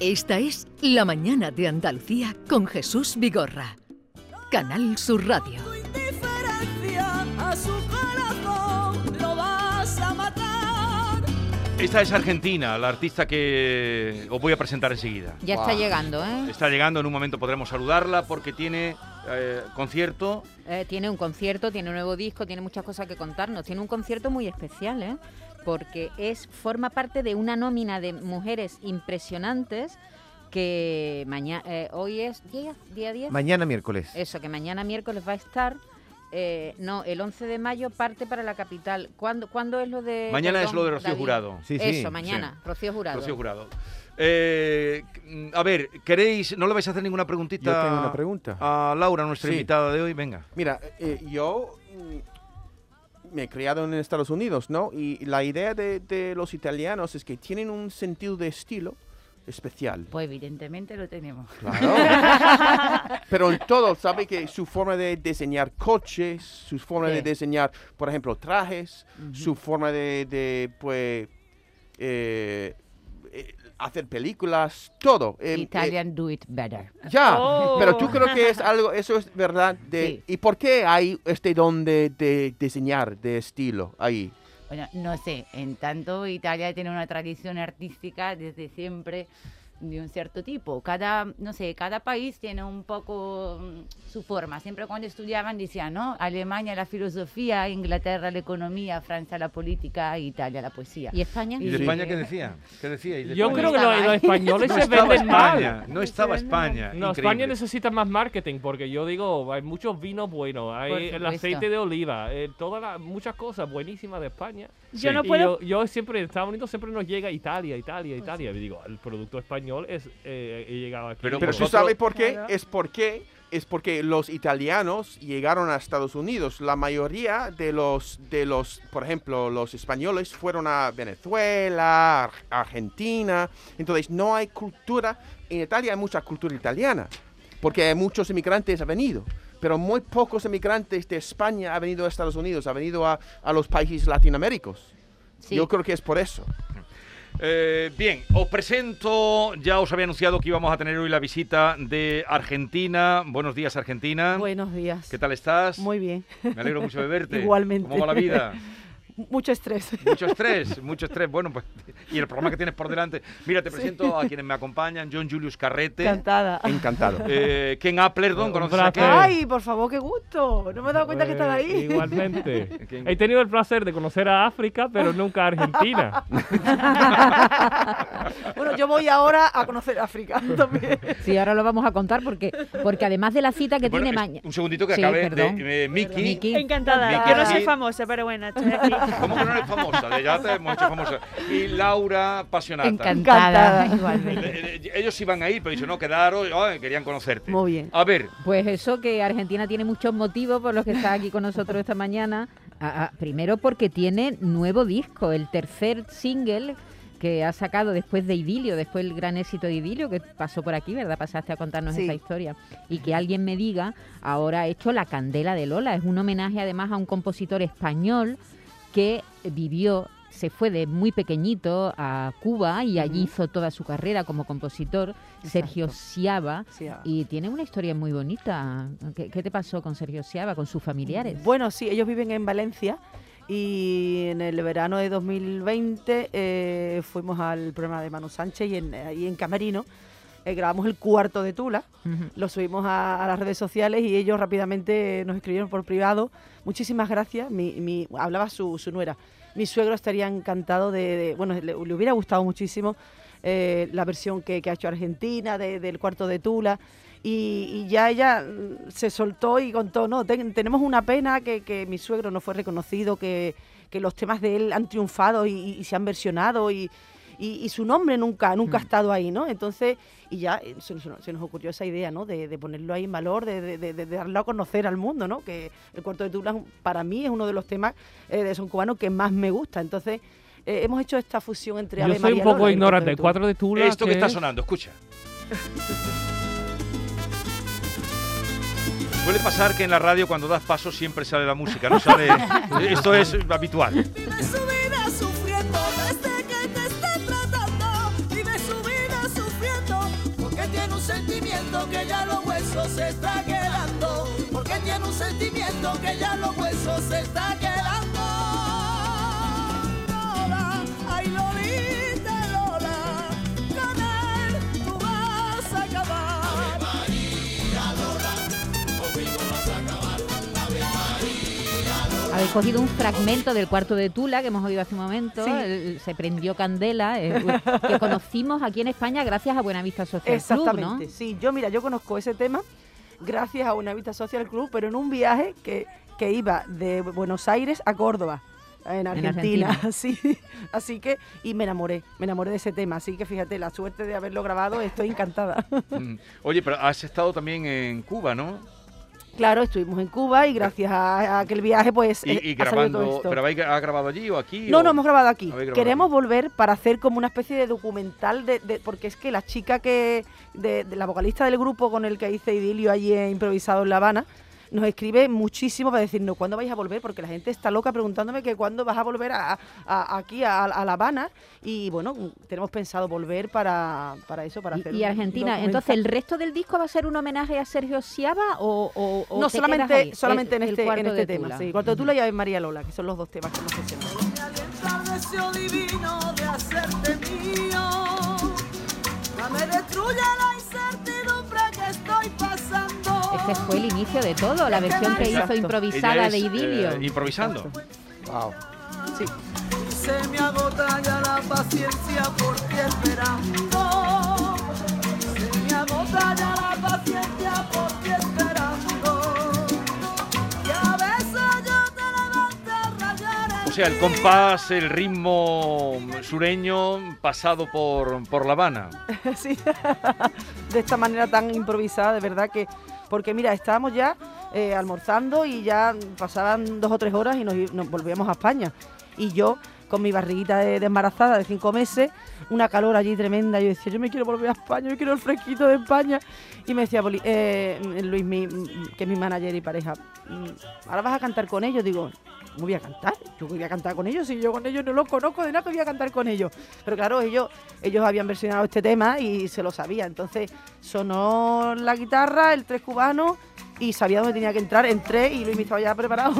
Esta es La Mañana de Andalucía con Jesús Vigorra. Canal Sur Radio. indiferencia a su corazón lo vas a matar. Esta es Argentina, la artista que os voy a presentar enseguida. Ya está llegando, ¿eh? Está llegando, en un momento podremos saludarla porque tiene eh, concierto. Eh, Tiene un concierto, tiene un nuevo disco, tiene muchas cosas que contarnos. Tiene un concierto muy especial, ¿eh? Porque es, forma parte de una nómina de mujeres impresionantes que mañana, hoy es día, día 10. Mañana miércoles. Eso, que mañana miércoles va a estar. eh, no, el 11 de mayo parte para la capital. ¿Cuándo, cuándo es lo de.? Mañana es perdón, lo de Rocío David? Jurado. Sí, sí. Eso, mañana, Sí. Rocío Jurado. Rocío Jurado. Eh, a ver, ¿queréis, no le vais a hacer ninguna preguntita Yo tengo una pregunta. a Laura, nuestra Sí. invitada de hoy? Venga. Ah, Mira, eh, yo mm, me he criado en Estados Unidos, ¿no? Y la idea de, de los italianos es que tienen un sentido de estilo especial. Pues evidentemente lo tenemos. Claro. Pero en todo, sabe que su forma de diseñar coches, su forma de Sí. diseñar, por ejemplo, trajes, su forma de, de, pues, eh, eh, hacer películas, todo. Eh, eh, Italian do it better. Ya, Oh. pero tú creo que es algo, eso es verdad. De, ¿Y por qué hay este don de, de diseñar, de estilo ahí? Bueno, no sé, en tanto Italia tiene una tradición artística desde siempre de un cierto tipo. Cada, no sé, cada país tiene un poco mm, su forma. Siempre cuando estudiaban decían, ¿no? Alemania la filosofía, Inglaterra la economía, Francia la política, Italia la poesía. ¿Y España? ¿Y de Sí. España qué decía? ¿Qué decía? ¿Y de Yo España? creo que los, los españoles no se estaba venden España, mal. no estaba España. No, increíble. España necesita más marketing porque yo digo, hay muchos vinos buenos, Por hay el supuesto. aceite de oliva, eh, todas las- muchas cosas buenísimas de España. Sí. Yo no Y puedo. Pues yo, yo siempre, Estados Unidos siempre nos llega Italia, Italia, Italia. Y digo, el producto español es eh, he llegado aquí. Pero Pero vosotros- tú sabes por qué, Claro. es porque es porque los italianos llegaron a Estados Unidos. La mayoría de los de los, por ejemplo, los españoles fueron a Venezuela, Ar- Argentina. Entonces no hay cultura en Italia hay mucha cultura italiana porque hay muchos inmigrantes han venido. Pero muy pocos inmigrantes de España han venido a Estados Unidos, han venido a, a los países latinoaméricos. Sí. Yo creo que es por eso. Eh, bien, os presento, ya os había anunciado que íbamos a tener hoy la visita de Argentina. Buenos días, Argentina. Buenos días. ¿Qué tal estás? Muy bien. Me alegro mucho de verte. Igualmente. ¿Cómo va la vida? Mucho estrés. Mucho estrés, mucho estrés. Bueno, pues, y el programa que tienes por delante. Mira, te presento a quienes me acompañan. John Julius Carrete. Encantada. Encantado. Eh, Ken Applerdon, Un ¿conoces a Ken? placer. Ay, por favor, qué gusto. No me he dado cuenta que estaba Eh, ahí. Igualmente. ¿Quién? He tenido el placer de conocer a África, pero nunca a Argentina. Bueno, yo voy ahora a conocer África también. Sí, ahora lo vamos a contar porque, porque además de la cita que Bueno, tiene es- mañana. Un segundito que Sí, acabe perdón. de eh, Miki. Miki. Miki, Miki, Encantada. Yo no Yo no soy famosa, soy famosa, pero bueno, ¿Cómo que no eres famosa? Ya te hemos hecho famosa. Y Laura Apasionata. Encantada, Encantada. igualmente. Eh, eh, Ellos iban a ir, pero dicen, no, quedaros, ay, querían conocerte. Muy bien. A ver, Pues eso, que Argentina tiene muchos motivos por los que está aquí con nosotros esta mañana. Ah, ah, primero porque tiene nuevo disco, el tercer single que ha sacado después de Idilio, después del gran éxito de Idilio que pasó por aquí, ¿verdad? Pasaste a contarnos Sí. esa historia. Y que alguien me diga, ahora ha hecho La Candela de Lola. Es un homenaje además a un compositor español que vivió, se fue de muy pequeñito a Cuba y allí hizo toda su carrera como compositor, Sergio Siaba. Y tiene una historia muy bonita. ¿Qué, qué te pasó con Sergio Siaba, con sus familiares? Bueno, sí, ellos viven en Valencia y en el verano de 2020 eh, fuimos al programa de Manu Sánchez y en, ahí en Camerino eh, grabamos el cuarto de Tula, Ujú. lo subimos a, a las redes sociales y ellos rápidamente nos escribieron por privado. Muchísimas gracias, mi, mi- hablaba su, su nuera. Mi suegro estaría encantado de, de- bueno, le, le hubiera gustado muchísimo eh, la versión que, que ha hecho Argentina de- del cuarto de Tula. Y, y ya ella mm, se soltó y contó, no, ten- tenemos una pena que, que mi suegro no fue reconocido, que, que los temas de él han triunfado y, y se han versionado y, y- y su nombre nunca, Mm. nunca ha estado ahí, ¿no? Entonces, y ya eh, se, nos- se nos ocurrió esa idea, ¿no? De, de ponerlo ahí en valor, de, de- de- de darlo a conocer al mundo, ¿no? Que el cuarto de Tula es un- para mí es uno de los temas eh, de Son Cubano que más me gusta. Entonces, eh, hemos hecho esta fusión entre Yo Ave soy un María poco Lola y El Cuarto ignorante. de El Tula. 4 de Tula. esto que ¿qué está es? sonando, escucha. Suele pasar que en la radio cuando das paso siempre sale la música, no sale. Esto es habitual. Vive su vida sufriendo desde que te está tratando. Vive su vida sufriendo sentimiento que ya los huesos se está quedando. Porque tiene un sentimiento que ya los huesos se está quedando. Lola, ay Lolita, Lola, con él tú vas a acabar. Habéis cogido un fragmento del cuarto de Tula que hemos oído hace un momento. Sí. el- se prendió candela, eh, que conocimos aquí en España gracias a Buenavista Social Club, Exactamente, ¿no? sí. Yo, mira, yo conozco ese tema gracias a una Vista Social Club, pero en un viaje que, que iba de Buenos Aires a Córdoba, en Argentina. Argentina. Así, así que, y me enamoré, me enamoré de ese tema. Así que fíjate, la suerte de haberlo grabado, estoy encantada. Mm. Oye, pero has estado también en Cuba, ¿no? claro, estuvimos en Cuba y gracias a, a aquel viaje, pues. eh, Y, y ha salido todo grabando. esto. ¿Pero habéis gra- has grabado allí o aquí? No, o- no, hemos grabado aquí. Habéis grabado Queremos aquí. volver para hacer como una especie de documental, de, de- porque es que la chica que, de, de la vocalista del grupo con el que hice Idilio allí en improvisado en La Habana, nos escribe muchísimo para decirnos cuándo vais a volver, porque la gente está loca preguntándome que cuándo vas a volver a, a- aquí a, a La Habana. Y bueno, tenemos pensado volver para, para eso, para Y- hacer Y, un Argentina. documental. Entonces, ¿el resto del disco va a ser un homenaje a Sergio Siaba o, o- o no, te solamente, quedas ahí? solamente El- en el este, en cuarto este de tema. Tula. Sí, Cuarto de Tula y Ave María Lola, que son los dos temas que hemos seleccionado. Me alienta el deseo divino de hacerte mío. No me destruya la incertidumbre que estoy pasando. Este fue el inicio de todo, la versión que hizo Exacto. improvisada Ella de es, Idilio. eh, improvisando. Wow. Sí. Y se me agota ya la paciencia por ti esperando. Se me agota ya la paciencia por ti esperando. Y a veces yo te levanto a rayar en O sea, el ti. compás, el ritmo sureño pasado por, por La Habana. Sí. de esta manera tan improvisada, de verdad que. Porque mira, estábamos ya eh, almorzando y ya pasaban dos o tres horas y nos, i- nos volvíamos a España. Y yo, con mi barriguita de, de embarazada de cinco meses, una calor allí tremenda, yo decía, yo me quiero volver a España, yo quiero el fresquito de España. Y me decía Poli- eh, Luis, mi- que es mi manager y pareja, "Mm, ahora vas a cantar con ellos. Digo, ¿cómo voy a cantar? Yo voy a cantar con ellos, si yo con ellos no los conozco de nada, que voy a cantar con ellos. Pero claro, ellos ellos habían versionado este tema y se lo sabía. Entonces sonó la guitarra, el tres cubano y sabía dónde tenía que entrar. Entré y Luis me estaba ya preparado.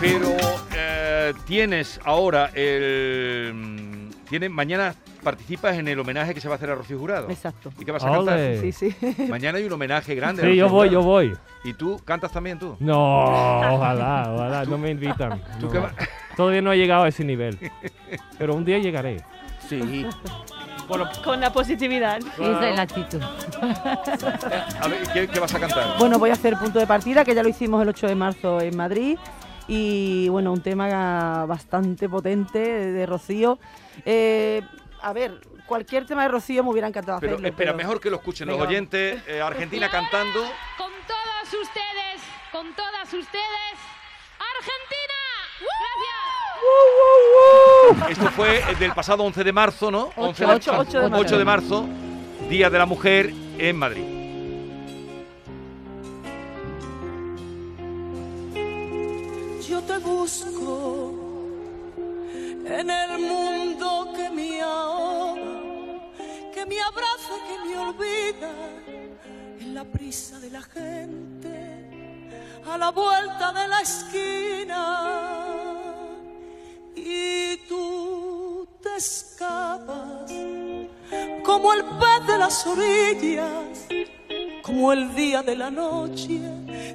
Pero eh, tienes ahora el. Tienes, mañana participas en el homenaje que se va a hacer a Rocío Jurado. Exacto. ¿Y qué vas a cantar? Ole. Sí, sí. Mañana hay un homenaje grande. a Sí, Rocío yo voy, yo Jurado. voy. ¿Y tú cantas también tú? No, ojalá, ojalá, no me invitan. ¿Tú no. qué va- Todavía no he llegado a ese nivel. Pero un día llegaré. Sí. Con la positividad. Esa es la actitud. A ver, ¿qué, qué vas a cantar? Bueno, voy a hacer punto de partida, que ya lo hicimos el 8 de marzo en Madrid. Y bueno, un tema bastante potente de, de Rocío. Eh, a ver, cualquier tema de Rocío me hubiera encantado Pero hacerlo, espera, pero- mejor que lo escuchen los Venga, vamos. oyentes. eh, Argentina cantando. Con todas ustedes, con todas ustedes, Argentina. Gracias. Esto fue eh, del pasado 11 de marzo, ¿no? 11 de ocho, ocho de marzo. 8 de marzo, Día de la Mujer en Madrid. Yo te busco en el mundo que me ahoga, que me abraza, que me olvida, en la prisa de la gente, a la vuelta de la esquina. Y tú te escapas como el pez de las orillas como el día de la noche,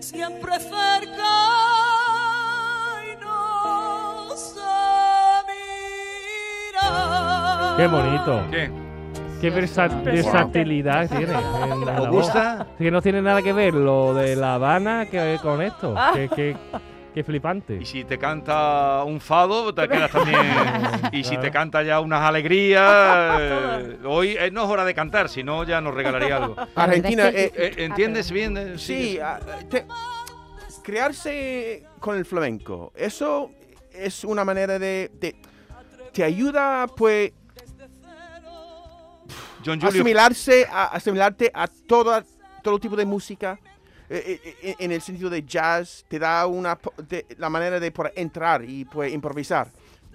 siempre cerca y no se mira. Ah. Qué bonito. ¿Qué? Qué versa- versatilidad tiene. en la ¿Os voz. gusta? Sí, que no tiene nada que ver lo de La Habana que con esto. Ah. Qué, qué- qué flipante. Y si te canta un fado, te quedas también. Y si te canta ya unas alegrías. eh, hoy eh, no es hora de cantar, si no, ya nos regalaría algo. Argentina, verdad es eh, que- Eh, ¿Entiendes bien? Eh, sí, ah, te- crearse con el flamenco, eso es una manera de, de- te ayuda pues John Julio. asimilarse, a, asimilarte a toda, todo tipo de música. eh, eh, eh, En el sentido de jazz, te da una po- de- la manera de por- entrar y pues improvisar.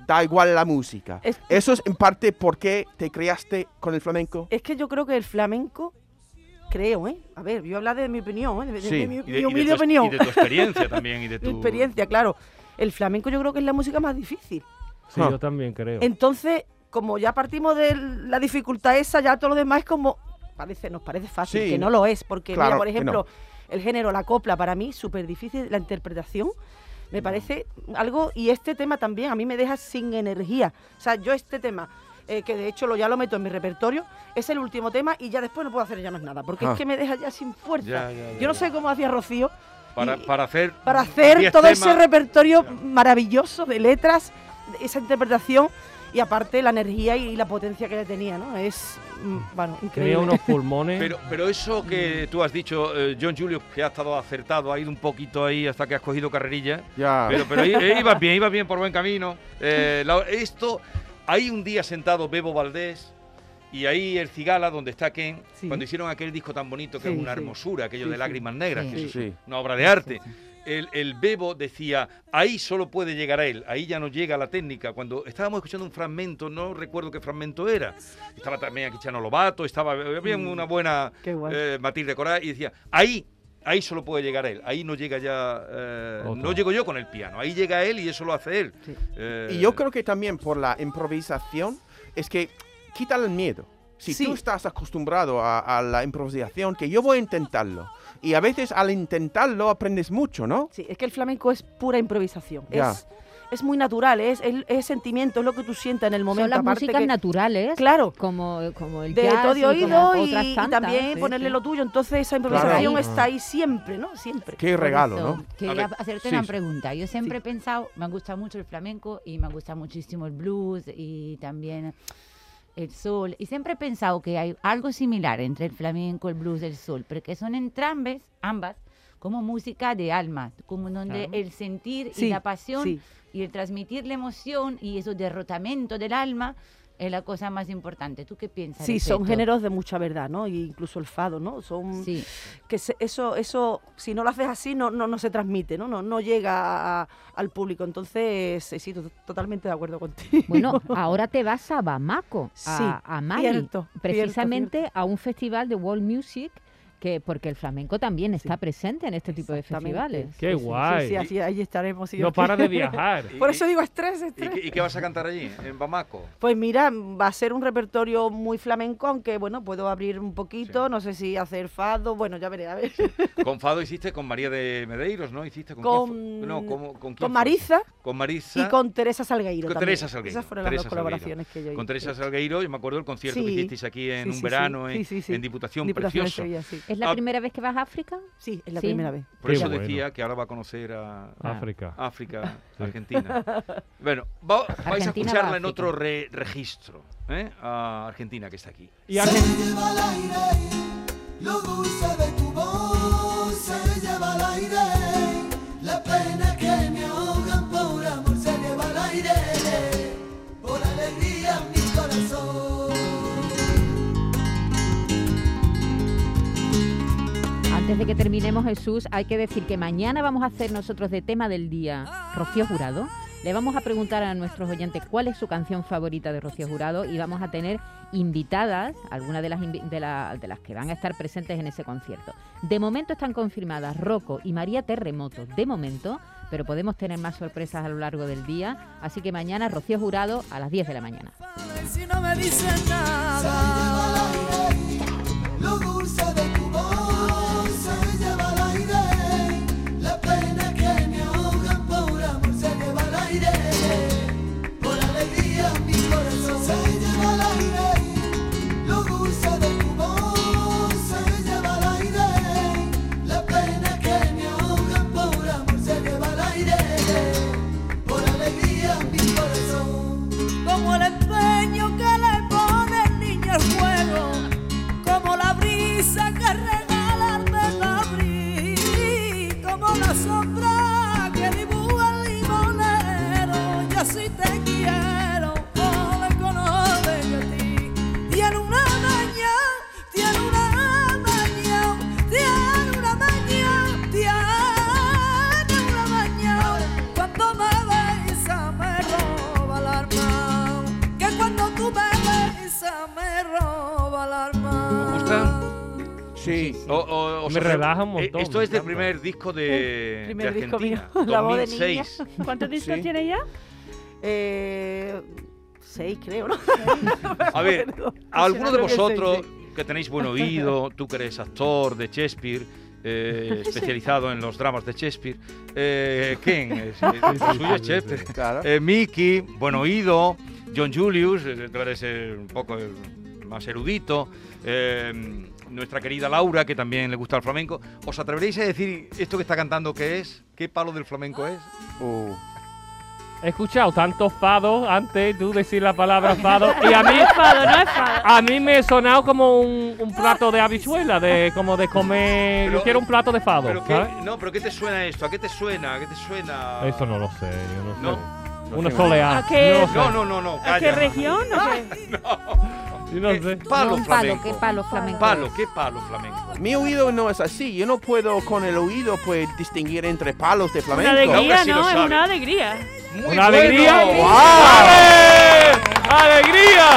da igual la música. Es- Eso es en parte porque te creaste con el flamenco. Es que yo creo que el flamenco, creo, ¿eh? A ver, yo hablar de mi opinión, ¿eh? de, de- de Sí, mi, y de- mi y de tu humilde ex- opinión. y de tu experiencia también y de tu- Mi experiencia, claro. El flamenco yo creo que es la música más difícil. Sí, Ah. yo también creo. Entonces, como ya partimos de la dificultad esa, ya todo lo demás es como parece, nos parece fácil, Sí. que no lo es, porque mira, Claro por que ejemplo, el género, la copla, para mí súper difícil, la interpretación me parece algo, y este tema también, a mí me deja sin energía. O sea, yo este tema, eh, que de hecho lo, ya lo meto en mi repertorio, es el último tema y ya después no puedo hacer ya más nada, porque Ah. es que me deja ya sin fuerza. Ya, ya, ya, yo no sé cómo hacía Rocío Para, para hacer. para hacer 10 todo ese temas. repertorio maravilloso de letras, de esa interpretación y aparte la energía y la potencia que tenía, ¿no? Es, mm, bueno, increíble. pulmones. Pero, pero eso Mm. que tú has dicho, eh, John Julius, que ha estado acertado, ha ido un poquito ahí hasta que has cogido carrerilla. Ah. Ya. Pero, pero i- eh, ibas bien, ibas bien por buen camino. Eh, la- esto, ahí un día sentado Bebo Valdés y ahí el Cigala, donde está Ken, cuando hicieron aquel disco tan bonito que Sí, es una sí. hermosura, aquello Sí, de sí. Lágrimas Negras, Sí. que eso Sí, es sí. una obra de arte. El, el Bebo decía, ahí solo puede llegar él, ahí ya no llega la técnica. Cuando estábamos escuchando un fragmento, no recuerdo qué fragmento era, estaba también aquí Chano Lobato, estaba, había Mm. una buena Qué guay. eh, matiz de coral y decía, ahí, ahí solo puede llegar él, ahí no llega ya, eh, Otro. no llego yo con el piano, ahí llega él y eso lo hace él. Eh, Y yo creo que también por la improvisación es que quita el miedo. Si tú estás acostumbrado a, a la improvisación, que yo voy a intentarlo. Y a veces al intentarlo aprendes mucho, ¿no? Sí, es que el flamenco es pura improvisación. Ya. Es, es muy natural, es, es, es sentimiento, es lo que tú sientas en el momento. Son las aparte músicas que- naturales. Claro. Como, como el de jazz todo y de como oído y, otras y tantas, también sí, ponerle sí. lo tuyo. Entonces esa improvisación está ahí siempre, ¿no? Siempre. Ah. Qué regalo, Eso, ¿no? Quería A ver, hacerte sí, una sí. pregunta. Yo siempre he pensado, me gusta mucho el flamenco y me gusta muchísimo el blues y también el sol. Y siempre he pensado que hay algo similar entre el flamenco, el blues, el sol, porque son entrambes, ambas, como música de alma, como donde Claro. el sentir Sí, y la pasión sí. y el transmitir la emoción y ese derrotamiento del alma es la cosa más importante. ¿Tú qué piensas? Sí, respecto? son géneros de mucha verdad, ¿no? Y incluso el fado, ¿no? Son que se- eso, eso, si no lo haces así, no, no, no se transmite, ¿no? No, no llega a- al público. Entonces, eh, sí, to- totalmente de acuerdo contigo. Bueno, ahora te vas a Bamako, Sí, a, a Mali, cierto, cierto, precisamente a un festival de world music que porque el flamenco también está presente en este tipo de festivales. Qué guay. Sí, sí, así, ahí estaremos. si No Dios para de quiere. viajar. Por eso digo estrés, ¿Y, estrés. qué- y qué vas a cantar allí, en Bamako? Pues mira, va a ser un repertorio muy flamenco, aunque bueno, puedo abrir un poquito, no sé si hacer fado, bueno, ya veré, a ver. Con Fado hiciste con María de Medeiros, ¿no? Hiciste con, quién fue? Con, No, con, con quién fue? Marisa Con Marisa. y con Teresa Salgueiro. Con también. Teresa Salgueiro. Esas fueron las Teresa dos Salgueiro. colaboraciones que yo hice. Con Teresa Salgueiro, yo me acuerdo el concierto que Sí. hicisteis aquí en Sí, un sí, sí. verano en, Sí, sí, sí. en Diputación, Diputación de precioso. Sevilla, sí. ¿Es la Ah, primera vez que vas a África? Sí, es la primera vez. Por Qué eso bueno. decía que ahora va a conocer a África. Ah. África, Ah. Sí. Argentina. Bueno, va- vais a Argentina va escucharla a en África. otro re- registro, ¿eh? a Argentina que está aquí. Y Argentina. lleva al aire, lo dulce de tu voz se lleva al aire, la pena que me ahogan por amor se lleva al aire, por alegría mi corazón. Antes de que terminemos, Jesús, hay que decir que mañana vamos a hacer nosotros de tema del día Rocío Jurado. Le vamos a preguntar a nuestros oyentes cuál es su canción favorita de Rocío Jurado y vamos a tener invitadas, algunas de las, invi- de, la- de las que van a estar presentes en ese concierto. De momento están confirmadas Rocco y María Terremoto, de momento, pero podemos tener más sorpresas a lo largo del día. Así que mañana Rocío Jurado a las 10 de la mañana. si no me dicen nada. Lo dulce de tu voz se lleva al aire. La pena que me ahogan por amor se lleva al aire. Por alegría mi corazón se lleva al aire. Lo dulce de tu voz se lleva al aire. La pena que me ahogan por amor se lleva al aire. Por alegría mi corazón como el empeño que le pone el niño al fuego, como la brisa que regala el abril, como la sombra que dibuja el limonero, yo sí te quiero, oh, me conoce de ti, tiene una mañana, tiene una mañana, tiene una mañana, tiene una mañana, cuando me besa me roba la Sí. O- o- o Me sea, relaja un eh, montón, Esto me es del encanta. primer disco de, primer Eh, de disco mío, Argentina, La voz de 2006. niña. ¿Cuántos discos Sí. tiene ya? Eh, seis, creo, ¿no? A ver, a alguno de Creo que seis, vosotros sí. que tenéis buen oído, tú que eres actor de Shakespeare, eh, especializado en los dramas de Shakespeare, eh, Ken, es, es- Sí, sí, lo suyo es sí, sí. Shakespeare, Claro. eh, Mickey, buen oído, John Julius, eh, tú eres eh, un poco eh, más erudito, eh, nuestra querida Laura, que también le gusta el flamenco. ¿Os atreveréis a decir esto que está cantando qué es? ¿Qué palo del flamenco es? Ah. Uh. He escuchado tantos fados antes tú decir la palabra fado y a mí No es fado, no es fado. a mí me he sonado como un, un plato de habichuela, de como de comer. Pero- yo quiero un plato de fado, ¿Pero qué, ¿sabes? no, pero ¿qué te suena esto? ¿A qué te suena? ¿A qué te suena? Eso no lo sé, yo no, No. sé. No Una sé. soleá. ¿A qué? Yo no sé. No, no, no, no. ¿A qué calla. región o qué? Yo no Eh, sé. Palo un palo, flamenco. qué palo flamenco. Palo, ¿qué palo flamenco? Mi oído no es así. Yo no puedo con el oído pues distinguir entre palos de Una flamenco. alegría, sí lo ¿no? Es sabe. una alegría. Muy Una alegría. bueno. ¡Wow! ¡Ale! ¡Alegría!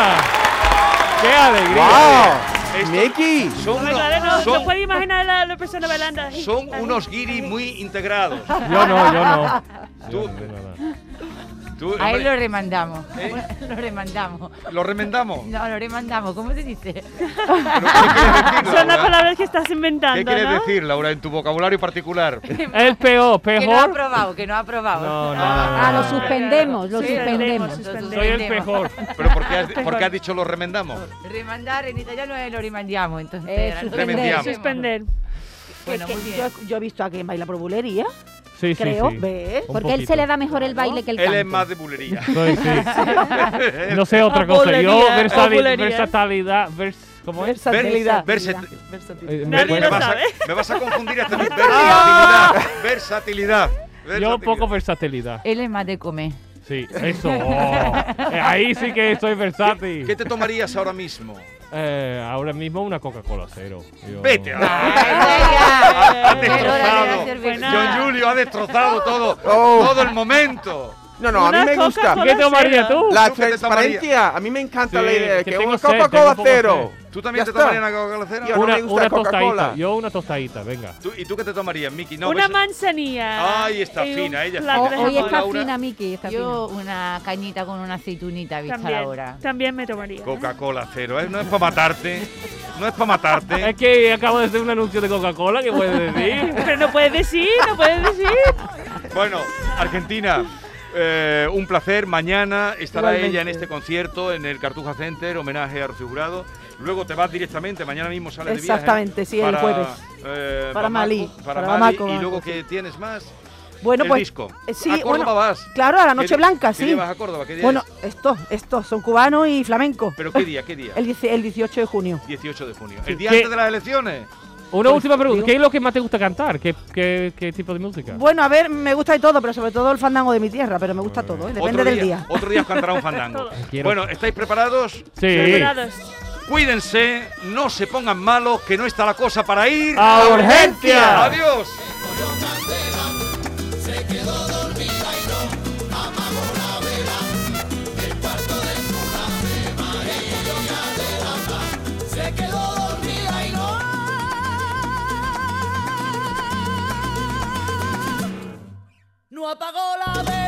¡Qué alegría! ¡Wow! Esto- Mickey. Son, Hombre, unos- claro, no, no son- puede imaginar a la, la persona bailando. ahí. son unos guiris muy integrados. Yo no, yo no. Tú- Yo no, yo no. Tú, A él lo hombre, remandamos. ¿Eh? Lo remandamos. lo remendamos. No, lo remandamos. ¿Cómo se dice? Son las Laura? palabras que estás inventando, ¿Qué quieres ¿no? decir, Laura, en tu vocabulario particular? El peor, Que no ha peor. aprobado, que no ha aprobado. No, no, no, Ah, no, lo no. suspendemos, lo Sí, suspendemos. lo suspendemos. Soy el peor. ¿Pero por qué has, por qué has dicho lo remendamos? Remandar en italiano es lo rimandiamo, entonces. Eh, era lo que suspender. hacemos. Suspender. Bueno, muy bien. yo, yo he visto a quien baila por bulería, Sí, sí, creo, sí. ¿ves? Un Porque a él se poquito. le da mejor el baile que el Él canto. es más de bulería. Soy- sí. No sé otra cosa. Yo, Abulería, versatilidad. abulería. versatilidad vers- ¿Cómo es? Versatilidad. Versa- Eh, Me, Nadie me lo vas a, sabe. me vas a confundir hasta con versatilidad. Versatilidad. Yo versatilidad. un poco versatilidad. Él es más de comer. Sí, eso. oh. Eh, Ahí sí que soy versátil. ¿Qué te tomarías ahora mismo? Eh, ahora mismo una Coca-Cola cero. Yo- Vete. a- ¡Ah, Ha venga! Qué hora de la destrozado. cerveza. John Julio ha destrozado todo. Oh. Todo el momento. No, no, a mí Una me gusta. Coca-Cola ¿Qué tomarías cero. tú? La ¿Tú qué te transparencia. A mí me encanta Sí, la idea de que que tengo una sed, tengo Coca-Cola un poco cero. ¿Tú también te Ya está. tomarías una Coca-Cola cero? Yo no Una, me gusta una la Coca-Cola. tostadita. Yo una tostadita, venga. ¿Tú- ¿Y tú qué te tomarías, Miki? No, pues, una ves- manzanilla. Ay, está y un fina, ella está plato O- de hoy jamón. está Laura. fina, Miki, está Yo una cañita con una aceitunita, vista la hora. También, también me tomaría. Coca-Cola cero. ¿eh? No es para matarte. No es para matarte. Es que acabo de hacer un anuncio de Coca-Cola, ¿qué puedes decir? Pero no puedes decir, no puedes decir. Bueno, Argentina. eh, un placer. Mañana estará Igualmente. ella en este concierto en el Cartuja Center, homenaje a Rocío Jurado. Luego te vas directamente, mañana mismo sales de viaje. Exactamente, sí, el jueves. eh, Para Bamako- Malí, Para, para Malí. Bamako, Y Bamako, luego, sí. ¿qué tienes más? Bueno, el pues. disco. eh, sí, a Córdoba bueno, vas. Claro, a la ¿Qué Noche di- Blanca, ¿Qué día sí. vas a Córdoba? ¿Qué día Bueno, es? estos, estos son cubanos y flamenco. ¿Pero qué día? ¿Qué día? El, dieci- el 18 de junio. 18 de junio. ¿El día ¿Qué? antes de las elecciones? Pues, Una última pregunta. ¿Qué es lo que más te gusta cantar? ¿Qué, qué, qué tipo de música? Bueno, a ver, me gusta de todo, pero sobre todo el fandango de mi tierra, pero me gusta todo, ¿eh? depende Mm. otro del día, día. Otro día os cantará un fandango. Quiero- bueno, ¿estáis preparados? sí. Preparados. Cuídense, no se pongan malos, que no está la cosa para ir. ¡A urgencia! ¡Adiós! No apagó la vela.